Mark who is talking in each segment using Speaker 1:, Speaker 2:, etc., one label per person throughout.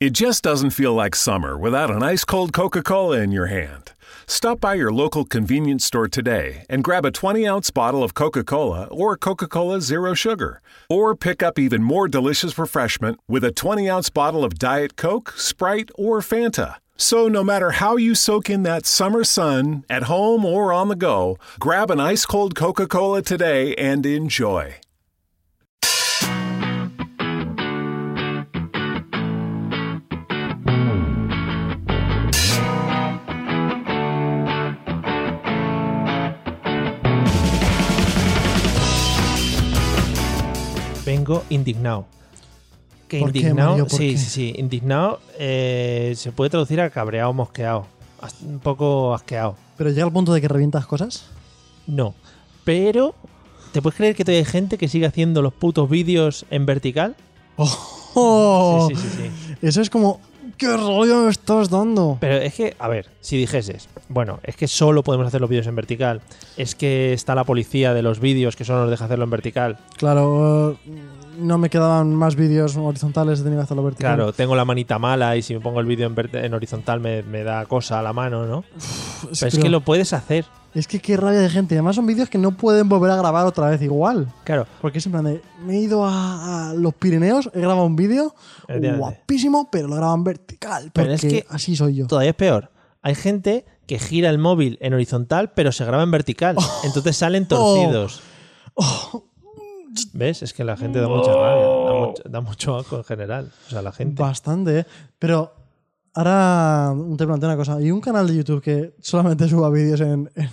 Speaker 1: It just doesn't feel like summer without an ice cold Coca Cola in your hand. Stop by your local convenience store today and grab a 20 ounce bottle of Coca Cola or Coca Cola Zero Sugar. Or pick up even more delicious refreshment with a 20 ounce bottle of Diet Coke, Sprite, or Fanta. So, no matter how you soak in that summer sun, at home or on the go, grab an ice cold Coca Cola today and enjoy.
Speaker 2: vengo indignado. Que
Speaker 3: ¿Por qué,
Speaker 2: indignado,
Speaker 3: Mario? ¿Por
Speaker 2: sí,
Speaker 3: qué?
Speaker 2: sí, sí, indignado eh, se puede traducir a cabreado, mosqueado, as- un poco asqueado.
Speaker 3: Pero llega al punto de que revientas cosas.
Speaker 2: No, pero ¿te puedes creer que todavía hay gente que sigue haciendo los putos vídeos en vertical?
Speaker 3: ¡Oh!
Speaker 2: Sí, sí, sí, sí.
Speaker 3: Eso es como. ¡Qué rollo me estás dando!
Speaker 2: Pero es que, a ver, si dijeses, bueno, es que solo podemos hacer los vídeos en vertical, es que está la policía de los vídeos que solo nos deja hacerlo en vertical.
Speaker 3: Claro, eh, no me quedaban más vídeos horizontales, he tenido que hacerlo vertical.
Speaker 2: Claro, tengo la manita mala y si me pongo el vídeo en, vert- en horizontal me, me da cosa a la mano, ¿no?
Speaker 3: Sí,
Speaker 2: Pero es
Speaker 3: pero-
Speaker 2: que lo puedes hacer.
Speaker 3: es que qué rabia de gente. Además, son vídeos que no pueden volver a grabar otra vez igual.
Speaker 2: Claro,
Speaker 3: Porque es en plan de, me he ido a, a los Pirineos, he grabado un vídeo
Speaker 2: Efectivamente.
Speaker 3: guapísimo, pero lo graban vertical.
Speaker 2: Pero
Speaker 3: porque
Speaker 2: es que-
Speaker 3: así soy yo.
Speaker 2: todavía es peor. Hay gente que gira el móvil en horizontal, pero se graba en vertical.
Speaker 3: Oh.
Speaker 2: Entonces salen torcidos. ¿Ves? Es que la gente da mucha rabia. Da
Speaker 3: Oh.
Speaker 2: mucho, da mucho asco en general. O sea, la gente.
Speaker 3: Bastante, ¿eh? Pero ahora te planteo una cosa. Hay un canal de YouTube que solamente suba vídeos en, en-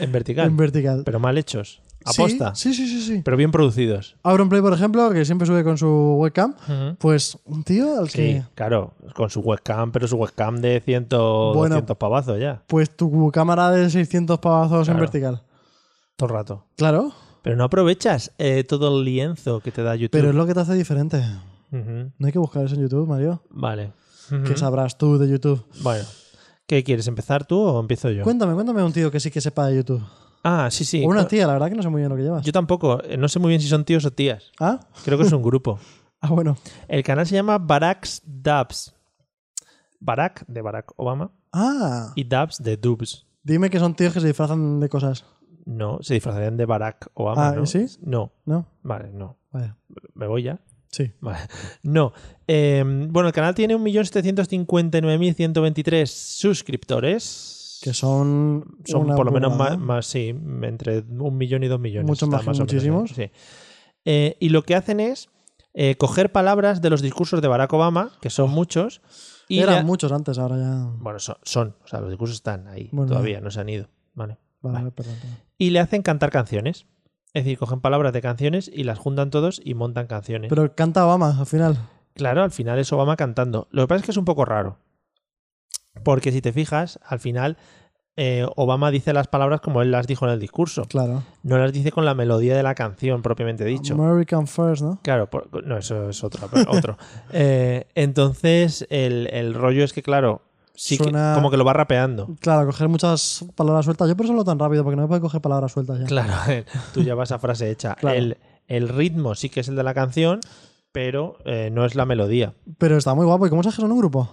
Speaker 2: En vertical.
Speaker 3: en vertical.
Speaker 2: Pero mal hechos.
Speaker 3: Sí,
Speaker 2: Aposta.
Speaker 3: Sí, sí, sí, sí.
Speaker 2: Pero bien producidos.
Speaker 3: Auronplay, por ejemplo, que siempre sube con su webcam,
Speaker 2: Ujú.
Speaker 3: pues un tío al
Speaker 2: Sí,
Speaker 3: que...
Speaker 2: claro. Con su webcam, pero su webcam de 100,
Speaker 3: Bueno.
Speaker 2: 200 pavazos ya.
Speaker 3: Pues tu cámara de 600 pavazos
Speaker 2: Claro.
Speaker 3: en vertical.
Speaker 2: Todo el rato.
Speaker 3: Claro,
Speaker 2: Pero no aprovechas eh, todo el lienzo que te da YouTube.
Speaker 3: pero es lo que te hace diferente.
Speaker 2: Ujú.
Speaker 3: No hay que buscar eso en YouTube, Mario.
Speaker 2: Vale. Ujú.
Speaker 3: ¿Qué sabrás tú de YouTube?
Speaker 2: Bueno. ¿Qué quieres? ¿Empezar tú o empiezo yo?
Speaker 3: Cuéntame, cuéntame un tío que sí que sepa de YouTube.
Speaker 2: Ah, sí, sí.
Speaker 3: o una
Speaker 2: Bueno,
Speaker 3: tía, la verdad que no sé muy bien lo que llevas.
Speaker 2: Yo tampoco. Eh, No sé muy bien si son tíos o tías.
Speaker 3: ¿Ah?
Speaker 2: Creo que es un grupo.
Speaker 3: ah, bueno.
Speaker 2: El canal se llama Barack's Dubs. Barack, de Barack Obama,
Speaker 3: Ah,
Speaker 2: y Dubs, de Dubs.
Speaker 3: dime que son tíos que se disfrazan de cosas,
Speaker 2: No, se disfrazarían de Barack Obama.
Speaker 3: Ah,
Speaker 2: ¿no?
Speaker 3: ¿sí?
Speaker 2: No,
Speaker 3: ¿no?
Speaker 2: vale, no.
Speaker 3: Vale,
Speaker 2: ¿Me voy ya?
Speaker 3: sí.
Speaker 2: Vale. No. Eh, bueno, el canal tiene 1.759.123 suscriptores.
Speaker 3: Que son.
Speaker 2: son
Speaker 3: una
Speaker 2: por lo menos
Speaker 3: burrada,
Speaker 2: más,
Speaker 3: ¿no?
Speaker 2: más, sí, entre un millón y dos millones.
Speaker 3: Mucho
Speaker 2: está
Speaker 3: más que
Speaker 2: o menos ahí,
Speaker 3: muchísimos.
Speaker 2: sí. Eh, y lo que hacen es eh, coger palabras de los discursos de Barack Obama, que son muchos, y
Speaker 3: Eran
Speaker 2: la-
Speaker 3: muchos antes, ahora ya.
Speaker 2: bueno, son, son, o sea, los discursos están ahí
Speaker 3: Bueno,
Speaker 2: todavía, no se han ido. Vale.
Speaker 3: Vale,
Speaker 2: Vale.
Speaker 3: perdón, perdón.
Speaker 2: Y le hacen cantar canciones. Es decir, cogen palabras de canciones y las juntan todos y montan canciones.
Speaker 3: Pero canta Obama al final.
Speaker 2: Claro, al final es Obama cantando. Lo que pasa es que es un poco raro. Porque si te fijas, al final eh, Obama dice las palabras como él las dijo en el discurso.
Speaker 3: Claro.
Speaker 2: No las dice con la melodía de la canción propiamente
Speaker 3: Ah,
Speaker 2: dicho.
Speaker 3: American First, ¿no?
Speaker 2: Claro, por- no, eso es otra, otro. Eh, entonces, el, el rollo es que, claro, sí que-
Speaker 3: Suena-
Speaker 2: como que lo va rapeando.
Speaker 3: Claro, coger muchas palabras sueltas. Yo por eso lo tan rápido, porque no me puedo coger palabras sueltas ya.
Speaker 2: Claro, eh, tú ya vas a frase hecha.
Speaker 3: Claro.
Speaker 2: El, el ritmo sí que es el de la canción, pero eh, no es la melodía.
Speaker 3: Pero está muy guapo. ¿Y cómo sabes que son un grupo?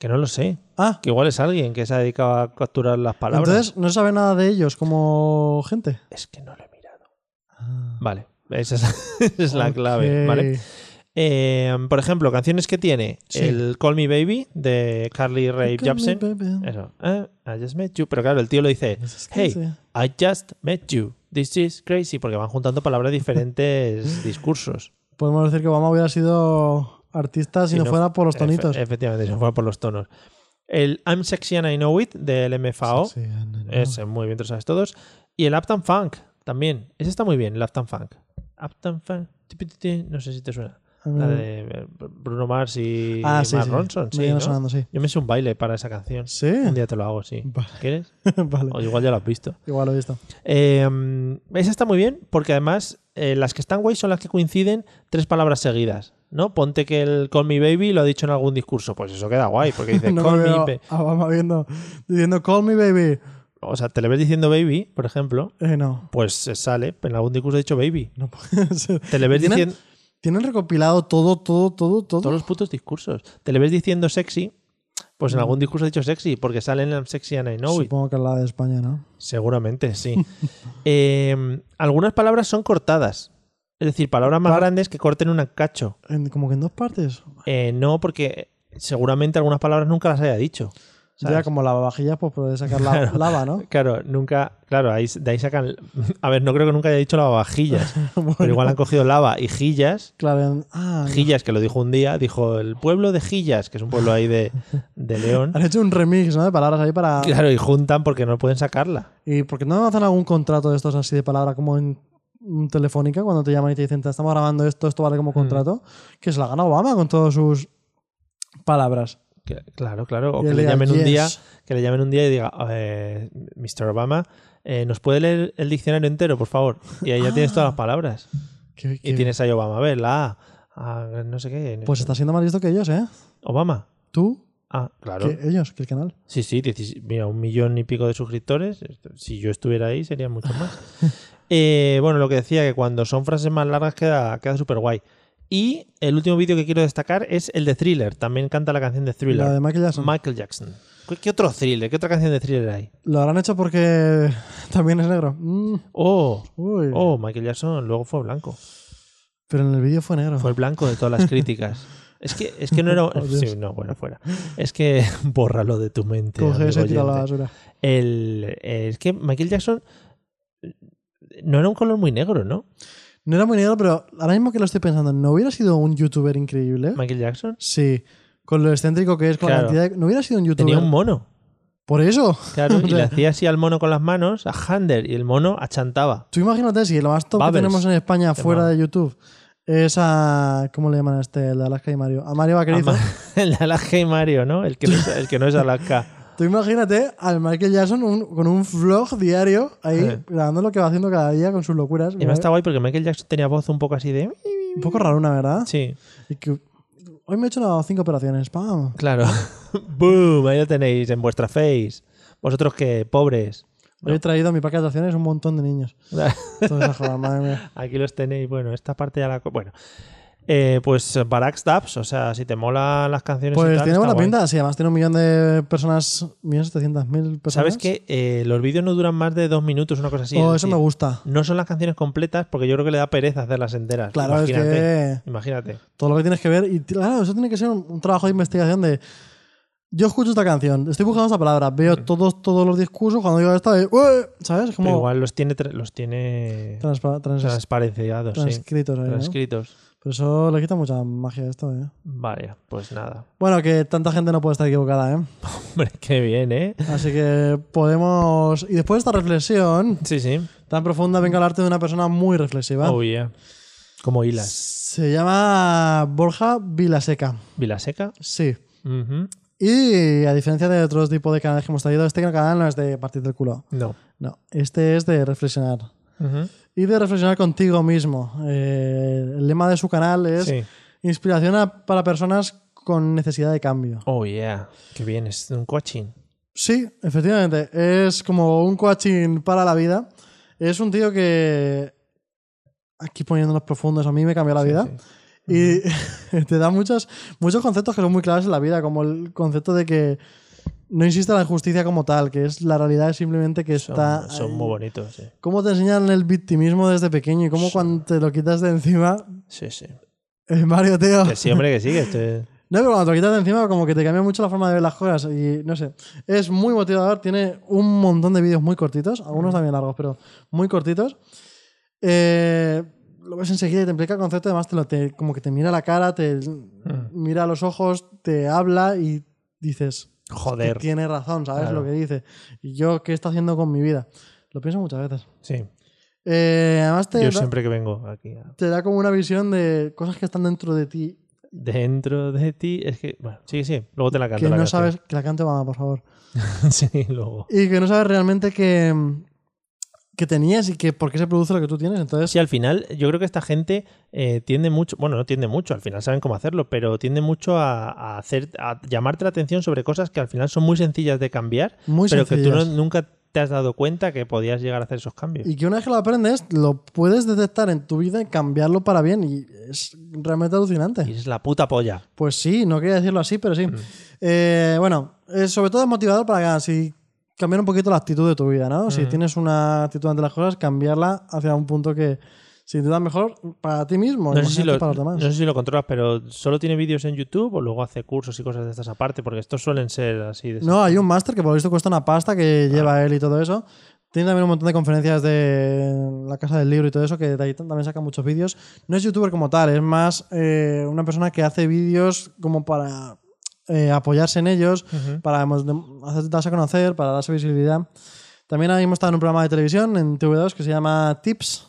Speaker 2: Que no lo sé.
Speaker 3: Ah,
Speaker 2: Que igual es alguien que se ha dedicado a capturar las palabras.
Speaker 3: entonces no se sabe nada de ellos como gente.
Speaker 2: Es que no lo he mirado. Vale, esa es, esa es Ah, la clave.
Speaker 3: Ok.
Speaker 2: ¿vale? Eh, por ejemplo, canciones que tiene
Speaker 3: Sí.
Speaker 2: el Call Me Baby de Carly Rae
Speaker 3: Look at me,
Speaker 2: Jepsen.
Speaker 3: baby.
Speaker 2: Eso. eh, I just met you. Pero claro, el tío lo dice,
Speaker 3: This is
Speaker 2: hey,
Speaker 3: crazy.
Speaker 2: I just met you. This is crazy. Porque van juntando palabras de diferentes discursos.
Speaker 3: Podemos decir que Obama hubiera sido artista si,
Speaker 2: Si
Speaker 3: no,
Speaker 2: no-
Speaker 3: fuera por los tonitos.
Speaker 2: Efe- efectivamente, se fue por los tonos. El I'm Sexy and I Know It del MFAO.
Speaker 3: Sí, no, no.
Speaker 2: Ese, muy bien, te lo sabes todos. Y el Uptown Funk también. Ese está muy bien, el Uptown Funk. Uptown Funk. ti, pi, ti, ti, No sé si te suena.
Speaker 3: A mí-
Speaker 2: La de eh, Bruno Mars y
Speaker 3: Mm. Ah, sí,
Speaker 2: Mark
Speaker 3: sí.
Speaker 2: Ronson.
Speaker 3: Me
Speaker 2: sí,
Speaker 3: viene
Speaker 2: ¿no?
Speaker 3: sonando, sí.
Speaker 2: Yo me hice un baile para esa canción.
Speaker 3: Sí.
Speaker 2: Un día te lo hago, sí.
Speaker 3: Vale,
Speaker 2: ¿Quieres?
Speaker 3: vale.
Speaker 2: O igual ya lo has visto.
Speaker 3: Igual lo he visto.
Speaker 2: Eh, esa está muy bien porque además eh, las que están guay son las que coinciden tres palabras seguidas. ¿no? Ponte que el Call Me Baby lo ha dicho en algún discurso. Pues eso queda guay porque dice
Speaker 3: No
Speaker 2: Call
Speaker 3: me
Speaker 2: Me
Speaker 3: veo
Speaker 2: Baby.
Speaker 3: a Obama viendo, diciendo Call me baby.
Speaker 2: O sea, te le ves diciendo Baby, por ejemplo,
Speaker 3: Eh, no,
Speaker 2: pues se sale. En algún discurso ha dicho Baby.
Speaker 3: no puede ser.
Speaker 2: Te le ves
Speaker 3: Tiene-
Speaker 2: diciendo.
Speaker 3: tienen recopilado todo, todo, todo, todo.
Speaker 2: Todos los putos discursos. Te le ves diciendo sexy, pues en algún discurso ha dicho sexy, porque sale en I'm Sexy and I Know It.
Speaker 3: Mm. Supongo que la de España, ¿no?
Speaker 2: Seguramente, sí. Eh, algunas palabras son cortadas. Es decir, palabras más
Speaker 3: Pa-
Speaker 2: grandes que corten un cacho.
Speaker 3: En- como que en dos partes.
Speaker 2: Eh, no, porque seguramente algunas palabras nunca las haya dicho. ¿sabes?
Speaker 3: Ya como lavavajillas, pues puedes sacar la,
Speaker 2: Claro.
Speaker 3: lava, ¿no?
Speaker 2: Claro, nunca. Claro, ahí, de ahí sacan. A ver, no creo que nunca haya dicho lavavajillas. pero igual han cogido lava y jillas.
Speaker 3: Claro, en- ah,
Speaker 2: Gillas, que lo dijo un día, dijo el pueblo de Gillas, que es un pueblo ahí de, de León.
Speaker 3: han hecho un remix, ¿no? De palabras ahí para...
Speaker 2: Claro, y juntan porque no pueden sacarla.
Speaker 3: ¿Y por qué no hacen algún contrato de estos así de palabra como en en telefónica cuando te llaman y te dicen, te estamos grabando esto, esto vale
Speaker 2: Mm.
Speaker 3: como contrato? Que se la gana Obama con todas sus palabras.
Speaker 2: Que- Claro, claro. O
Speaker 3: Y
Speaker 2: que
Speaker 3: él
Speaker 2: le
Speaker 3: diga,
Speaker 2: llamen un
Speaker 3: "Yes".
Speaker 2: día, que le llamen un día y diga, eh, Mr. Obama, eh, ¿nos puede leer el diccionario entero, por favor? Y ahí ya tienes
Speaker 3: Ah.
Speaker 2: todas las palabras.
Speaker 3: Que-
Speaker 2: Y
Speaker 3: que-
Speaker 2: tienes ahí Obama, a ver, la A, ah, no sé qué.
Speaker 3: Pues estás siendo más listo que ellos, ¿eh?
Speaker 2: Obama.
Speaker 3: Tú,
Speaker 2: Ah, claro.
Speaker 3: que ellos, que el canal.
Speaker 2: Sí, sí, 16 mira, un millón y pico de suscriptores. Esto- Si yo estuviera ahí, sería mucho más. Eh, bueno, lo que decía, que cuando son frases más largas queda, queda súper guay. Y el último vídeo que quiero destacar es el de Thriller. También canta la canción de Thriller.
Speaker 3: La de Michael Jackson.
Speaker 2: Michael Jackson. ¿Qué, qué otro Thriller? ¿Qué otra canción de Thriller hay?
Speaker 3: Lo habrán hecho porque también es negro. Mm,
Speaker 2: Oh,
Speaker 3: uy.
Speaker 2: oh, Michael Jackson luego fue blanco.
Speaker 3: Pero en el vídeo fue negro.
Speaker 2: Fue el blanco de todas las críticas. Es que, es que no era.
Speaker 3: Oh, Dios.
Speaker 2: sí, no, bueno, fuera. Es que bórralo de tu mente.
Speaker 3: Coge ese y
Speaker 2: amigo
Speaker 3: tira a la
Speaker 2: oyente.
Speaker 3: basura.
Speaker 2: El, es que Michael Jackson eh, no era un color muy negro, ¿no?
Speaker 3: No era muy negro, pero ahora mismo que lo estoy pensando, ¿no hubiera sido un youtuber increíble?
Speaker 2: Michael Jackson
Speaker 3: Sí. Con lo excéntrico que es, con
Speaker 2: Claro.
Speaker 3: la cantidad de... ¿No hubiera sido un youtuber?
Speaker 2: tenía un mono,
Speaker 3: Por eso.
Speaker 2: claro, y
Speaker 3: O sea-
Speaker 2: le hacía así al mono con las manos, a Hunter, y el mono achantaba.
Speaker 3: Tú imagínate si lo más top
Speaker 2: Bubbles.
Speaker 3: que tenemos en España
Speaker 2: Qué
Speaker 3: fuera
Speaker 2: mal.
Speaker 3: de YouTube es a... ¿Cómo le llaman a este? El de Alaska y Mario. A Mario Vaquerizo.
Speaker 2: Ama- El de Alaska y Mario, ¿no? El que no es, el que no es Alaska.
Speaker 3: Tú imagínate al Michael Jackson un- con un vlog diario ahí
Speaker 2: Eh.
Speaker 3: grabando lo que va haciendo cada día con sus locuras.
Speaker 2: Y me está guay porque Michael Jackson tenía voz un poco así de.
Speaker 3: Un poco raro, una verdad.
Speaker 2: Sí,
Speaker 3: Y que- Hoy me he hecho unas cinco operaciones. ¡Pam!
Speaker 2: claro. ¡Boom! Ahí lo tenéis en vuestra face. Vosotros que pobres.
Speaker 3: Hoy he traído a mi parque de atracciones un montón de niños. Toda esa joda, madre mía.
Speaker 2: Aquí los tenéis. Bueno, esta parte ya la. co- Bueno. Eh, pues Barack Stabs, o sea, si te molan las canciones. y
Speaker 3: Pues
Speaker 2: tal,
Speaker 3: tiene
Speaker 2: está
Speaker 3: buena
Speaker 2: guay.
Speaker 3: pinta. Sí, además tiene un millón de personas. 1.700.000 personas.
Speaker 2: ¿Sabes que los vídeos no duran más de dos minutos, una cosa así?
Speaker 3: oh,
Speaker 2: es
Speaker 3: eso
Speaker 2: decir,
Speaker 3: me gusta.
Speaker 2: No son las canciones completas porque yo creo que le da pereza hacerlas enteras.
Speaker 3: Claro,
Speaker 2: imagínate.
Speaker 3: es que.
Speaker 2: Imagínate.
Speaker 3: todo lo que tienes que ver. Y claro, eso tiene que ser un, un trabajo de investigación de. Yo escucho esta canción, estoy buscando esta palabra, veo todos, todos los discursos, cuando digo esta, eh, ¡Ué! ¿sabes?
Speaker 2: Pero
Speaker 3: Es como
Speaker 2: igual los tiene, tra- los tiene
Speaker 3: transpa- trans-
Speaker 2: transparenciados, Pues sí.
Speaker 3: transcritos ahí, ¿no?
Speaker 2: Transcritos.
Speaker 3: Pero eso le quita mucha magia a esto, ¿eh?
Speaker 2: Vale, pues nada.
Speaker 3: Bueno, que tanta gente no puede estar equivocada, ¿eh?
Speaker 2: Hombre, qué bien, ¿eh?
Speaker 3: Así que podemos... Y después de esta reflexión
Speaker 2: Sí, sí.
Speaker 3: tan profunda, vengo a hablarte de una persona muy reflexiva.
Speaker 2: Oh, yeah. Como hilas.
Speaker 3: Se llama Borja Vilaseca.
Speaker 2: Vilaseca.
Speaker 3: Sí.
Speaker 2: Ujú.
Speaker 3: Y a diferencia de otros tipos de canales que hemos traído, este canal no es de partir del culo.
Speaker 2: No.
Speaker 3: No, este es de reflexionar.
Speaker 2: Ujú.
Speaker 3: Y de reflexionar contigo mismo. Eh, el lema de su canal es
Speaker 2: Sí.
Speaker 3: inspiración a- para personas con necesidad de cambio.
Speaker 2: Oh, yeah. Qué bien, es un coaching.
Speaker 3: Sí, efectivamente. Es como un coaching para la vida. Es un tío que, aquí poniéndonos profundos, a mí me cambió la vida.
Speaker 2: Sí, sí.
Speaker 3: Y te da muchos, muchos conceptos que son muy claros en la vida, como el concepto de que no existe la injusticia como tal, que es la realidad es simplemente que
Speaker 2: Son,
Speaker 3: está...
Speaker 2: son
Speaker 3: ahí.
Speaker 2: muy bonitos, sí.
Speaker 3: cómo te enseñan el victimismo desde pequeño y cómo cuando te lo quitas de encima.
Speaker 2: Sí, sí.
Speaker 3: Eh, Mario, tío.
Speaker 2: Que sí, hombre, que sí, que estoy-
Speaker 3: No, pero cuando te lo quitas de encima, como que te cambia mucho la forma de ver las cosas. Y no sé. Es muy motivador. Tiene un montón de vídeos muy cortitos. Algunos también largos, pero muy cortitos. Eh, lo ves enseguida y te implica el concepto. Además, te lo, te- como que te mira la cara, te
Speaker 2: Mm.
Speaker 3: mira a los ojos, te habla y dices. Que
Speaker 2: Joder.
Speaker 3: tiene razón, ¿sabes?
Speaker 2: Claro.
Speaker 3: Lo que dice. Y yo, ¿qué está haciendo con mi vida? Lo pienso muchas veces.
Speaker 2: Sí.
Speaker 3: Eh, además, te
Speaker 2: Yo
Speaker 3: da-
Speaker 2: siempre que vengo aquí. a-
Speaker 3: te da como una visión de cosas que están dentro de ti
Speaker 2: Dentro de ti. Es que. Bueno, sí, sí. Luego te la canto.
Speaker 3: que
Speaker 2: la
Speaker 3: no
Speaker 2: canción.
Speaker 3: sabes que la cante Obama, por favor
Speaker 2: sí, luego.
Speaker 3: y que no sabes realmente que que tenías y que por qué se produce lo que tú tienes entonces
Speaker 2: Sí, al final yo creo que esta gente eh, tiende mucho, bueno, no tiende mucho, al final saben cómo hacerlo, pero tiende mucho a, a hacer, a llamarte la atención sobre cosas que al final son muy sencillas de cambiar,
Speaker 3: muy
Speaker 2: pero que tú no-
Speaker 3: sencillas.
Speaker 2: nunca te has dado cuenta que podías llegar a hacer esos cambios.
Speaker 3: Y que una vez que lo aprendes, lo puedes detectar en tu vida y cambiarlo para bien. Y es
Speaker 2: Y
Speaker 3: realmente alucinante.
Speaker 2: es la puta polla.
Speaker 3: Pues sí, no quería decirlo así, pero sí.
Speaker 2: Mm.
Speaker 3: Eh, bueno, eh, sobre todo es motivador para que hagas- si cambiar un poquito la actitud de tu vida, ¿no? Si
Speaker 2: Ujú.
Speaker 3: tienes una actitud ante las cosas, cambiarla hacia un punto que si te da mejor para ti mismo,
Speaker 2: No sé, si
Speaker 3: imagínate
Speaker 2: lo,
Speaker 3: pues para los demás.
Speaker 2: no sé si lo controlas, pero solo tiene vídeos en YouTube o luego hace cursos y cosas de estas aparte, porque estos suelen ser así. De
Speaker 3: No, hay un máster que por lo visto cuesta una pasta
Speaker 2: Ah.
Speaker 3: que lleva él y todo eso. Tiene también un montón de conferencias de la Casa del Libro y todo eso, que de ahí también saca muchos vídeos. No es youtuber como tal, es más eh, una persona que hace vídeos como para eh, apoyarse en ellos,
Speaker 2: Ujú.
Speaker 3: para mos- dem- hacer- darse a conocer, para darse visibilidad. También ahora mismo está en un programa de televisión en TV2 que se llama Tips.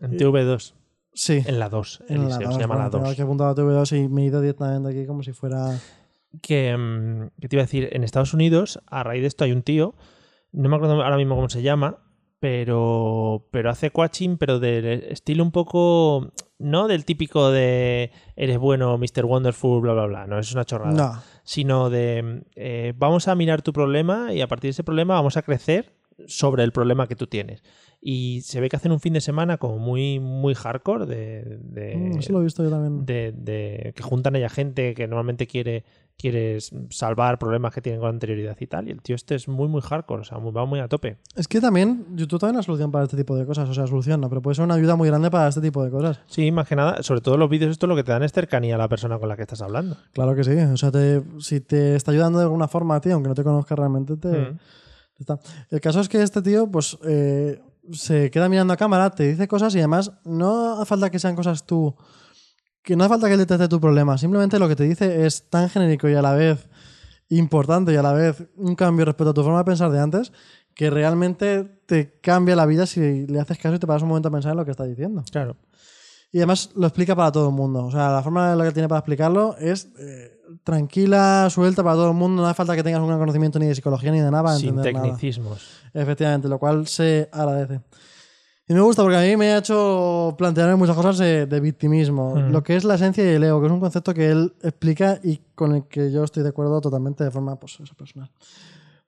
Speaker 2: En TV2.
Speaker 3: Sí.
Speaker 2: En la 2.
Speaker 3: En la
Speaker 2: Eliseo,
Speaker 3: dos,
Speaker 2: se llama
Speaker 3: bueno,
Speaker 2: la
Speaker 3: tengo
Speaker 2: 2.
Speaker 3: aquí apuntado a TV2 y me he ido directamente aquí como si fuera...
Speaker 2: que, mm, que te iba a decir, en Estados Unidos, a raíz de esto hay un tío, no me acuerdo ahora mismo cómo se llama, pero, pero hace coaching, pero del estilo un poco, no del típico de eres bueno, Mr. Wonderful, bla, bla, bla, no, es una chorrada,
Speaker 3: No.
Speaker 2: sino de eh, vamos a mirar tu problema y a partir de ese problema vamos a crecer sobre el problema que tú tienes. Y se ve que hacen un fin de semana como muy, muy hardcore de, de-
Speaker 3: Mm, Eso lo he visto yo también.
Speaker 2: de, de- que juntan ahí a gente que normalmente quiere quieres salvar problemas que tienen con anterioridad y tal. Y el tío este es muy, muy hardcore, o sea, muy- va muy a tope.
Speaker 3: Es que también YouTube también es una solución para este tipo de cosas. O sea, solución no, pero puede ser una ayuda muy grande para este tipo de cosas.
Speaker 2: Sí, más que nada, sobre todo los vídeos, esto lo que te dan es cercanía a la persona con la que estás hablando.
Speaker 3: Claro que sí. O sea, te- si te está ayudando de alguna forma a ti, aunque no te conozca realmente, te,
Speaker 2: Mm.
Speaker 3: te está. El caso es que este tío, pues, eh, se queda mirando a cámara, te dice cosas y además no hace falta que sean cosas tú. Que no hace falta que él detecte tu problema. Simplemente lo que te dice es tan genérico y a la vez importante y a la vez un cambio respecto a tu forma de pensar de antes que realmente te cambia la vida si le haces caso y te paras un momento a pensar en lo que está diciendo.
Speaker 2: Claro.
Speaker 3: Y además lo explica para todo el mundo. O sea, la forma en la que tiene para explicarlo es eh, tranquila, suelta para todo el mundo. No hace falta que tengas un conocimiento ni de psicología ni de nada para
Speaker 2: Sin
Speaker 3: entender nada.
Speaker 2: tecnicismos.
Speaker 3: Efectivamente, lo cual se agradece. Y me gusta porque a mí me ha hecho plantearme muchas cosas de, de victimismo.
Speaker 2: Mm.
Speaker 3: Lo que es la esencia y el ego, que es un concepto que él explica y con el que yo estoy de acuerdo totalmente de forma pues, eso, personal.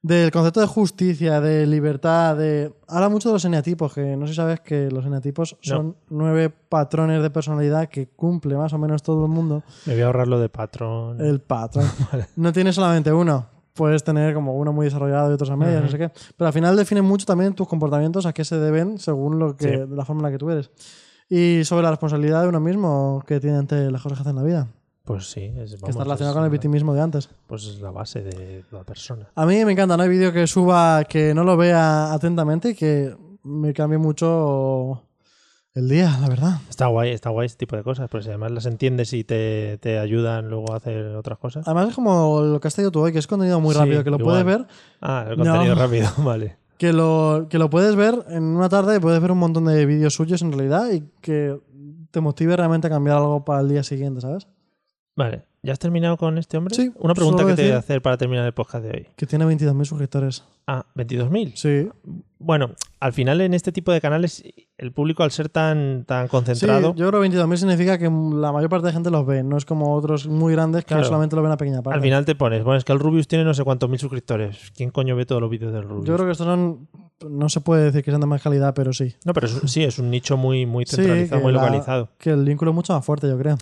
Speaker 3: Del concepto de justicia, de libertad, de... Habla mucho de los eneatipos, que no sé si sabes que los eneatipos son nueve patrones de personalidad que cumple más o menos todo el mundo.
Speaker 2: Me voy a ahorrar lo de patrón.
Speaker 3: El patrón. No tienes solamente uno. Puedes tener como uno muy desarrollado y otros a medias, no sé qué. Pero al final define mucho también tus comportamientos a qué se deben según lo que,
Speaker 2: Sí.
Speaker 3: de la forma en la que tú eres. Y sobre la responsabilidad de uno mismo que tiene ante las cosas que hace en la vida.
Speaker 2: Pues sí, es, vamos,
Speaker 3: que está relacionado
Speaker 2: es
Speaker 3: con el
Speaker 2: la-
Speaker 3: victimismo de antes.
Speaker 2: Pues es la base de la persona.
Speaker 3: A mí me encanta, no hay vídeo que suba que no lo vea atentamente y que me cambie mucho el día, la verdad.
Speaker 2: Está guay, está guay este tipo de cosas, porque si además las entiendes y te, te ayudan luego a hacer otras cosas.
Speaker 3: Además es como lo que has tenido tú hoy, que es contenido muy
Speaker 2: Sí,
Speaker 3: rápido, que lo
Speaker 2: igual.
Speaker 3: puedes ver
Speaker 2: Ah, el
Speaker 3: No.
Speaker 2: contenido rápido, vale.
Speaker 3: que lo, que lo puedes ver en una tarde, puedes ver un montón de vídeos suyos en realidad y que te motive realmente a cambiar algo para el día siguiente, ¿sabes?
Speaker 2: Vale, ¿ya has terminado con este hombre?
Speaker 3: Sí,
Speaker 2: Una pregunta que
Speaker 3: solo
Speaker 2: te voy a
Speaker 3: decir-
Speaker 2: hacer para terminar el podcast de hoy.
Speaker 3: Que tiene 22.000 suscriptores.
Speaker 2: Ah, 22.000.
Speaker 3: Sí.
Speaker 2: Bueno, al final en este tipo de canales el público al ser tan, tan
Speaker 3: Sí,
Speaker 2: concentrado...
Speaker 3: yo creo que 22.000 significa que la mayor parte de gente los ve, no es como otros muy grandes que
Speaker 2: Claro.
Speaker 3: solamente lo ven a pequeña parte.
Speaker 2: Al final te pones, bueno, es que el Rubius tiene no sé cuántos mil suscriptores. ¿Quién coño ve todos los vídeos del Rubius?
Speaker 3: Yo creo que estos son, no se puede decir que sean de más calidad, pero sí.
Speaker 2: No, pero es un- sí, es un nicho muy, muy
Speaker 3: Sí,
Speaker 2: centralizado,
Speaker 3: que
Speaker 2: muy
Speaker 3: la-
Speaker 2: localizado.
Speaker 3: Que el vínculo es mucho más fuerte, yo creo.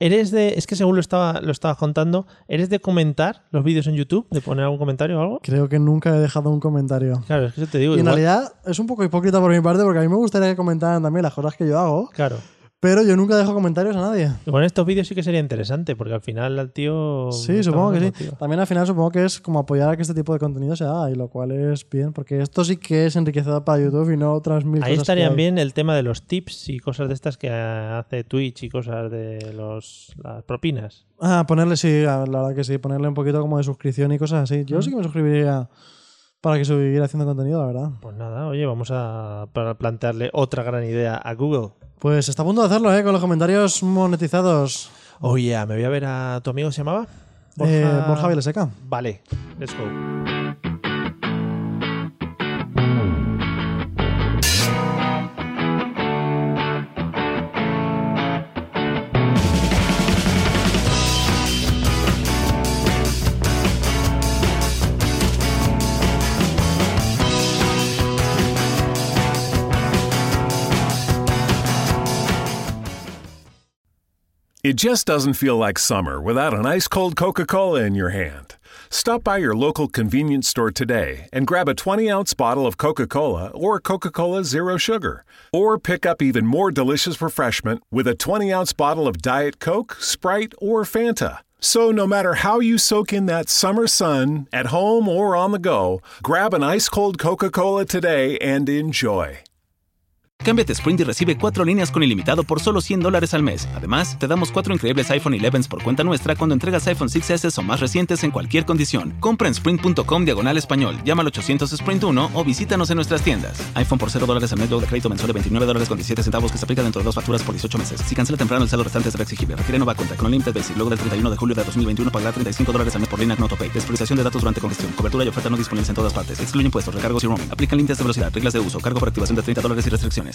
Speaker 2: ¿Eres de, es que según lo estaba, lo estaba contando, ¿eres de comentar los vídeos en YouTube? ¿De poner algún comentario o algo?
Speaker 3: Creo que nunca he dejado un comentario.
Speaker 2: Claro, es que eso te digo.
Speaker 3: Y en
Speaker 2: igual-
Speaker 3: realidad es un poco hipócrita por mi parte porque a mí me gustaría que comentaran también las cosas que yo hago,
Speaker 2: Claro.
Speaker 3: pero yo nunca dejo comentarios a nadie.
Speaker 2: Igual en estos vídeos sí que sería interesante, porque al final al tío.
Speaker 3: Sí,
Speaker 2: Oh, está
Speaker 3: supongo que sí.
Speaker 2: hablando contigo.
Speaker 3: También al final supongo que es como apoyar a que este tipo de contenido se haga, y lo cual es bien, porque esto sí que es enriquecedor para YouTube y no otras mil
Speaker 2: Ahí
Speaker 3: cosas. que
Speaker 2: estarían
Speaker 3: hay.
Speaker 2: bien el tema de los tips y cosas de estas que hace Twitch y cosas de los, las propinas.
Speaker 3: Ah, ponerle, sí, la verdad que sí, ponerle un poquito como de suscripción y cosas así. Yo sí que me suscribiría para que siguiera haciendo contenido, la verdad.
Speaker 2: Pues nada, oye, vamos a para plantearle otra gran idea a Google.
Speaker 3: Pues está a punto de hacerlo, ¿eh? Con los comentarios monetizados.
Speaker 2: Oye, me voy a ver a tu amigo, ¿se llamaba?
Speaker 3: Borja, eh, Borja Vilaseca.
Speaker 2: Vale, let's go.
Speaker 1: It just doesn't feel like summer without an ice cold Coca Cola in your hand. Stop by your local convenience store today and grab a 20 ounce bottle of Coca Cola or Coca Cola Zero Sugar. Or pick up even more delicious refreshment with a 20 ounce bottle of Diet Coke, Sprite, or Fanta. So, no matter how you soak in that summer sun, at home or on the go, grab an ice cold Coca Cola today and enjoy.
Speaker 4: Cámbiate a Sprint y recibe cuatro líneas con ilimitado por solo 100 dólares al mes. Además, te damos cuatro increíbles iPhone 11s por cuenta nuestra cuando entregas iPhone 6s o más recientes en cualquier condición. Compra en sprint.com diagonal español, llama al 800 Sprint 1 o visítanos en nuestras tiendas. iPhone por 0 dólares al mes, luego de crédito mensual de 29 dólares con 17 centavos que se aplica dentro de dos facturas por 18 meses. Si cancela temprano, el saldo restante será exigible. Requiere nueva cuenta con Unlimited Basic. Luego del 31 de julio de 2021 pagará 35 dólares al mes por línea con autopay. Desperdiciación de datos durante congestión. Cobertura y oferta no disponibles en todas partes. Excluye impuestos, recargos y roaming. Aplican límites de velocidad, reglas de uso, cargo por activación de 30 dólares y restricciones.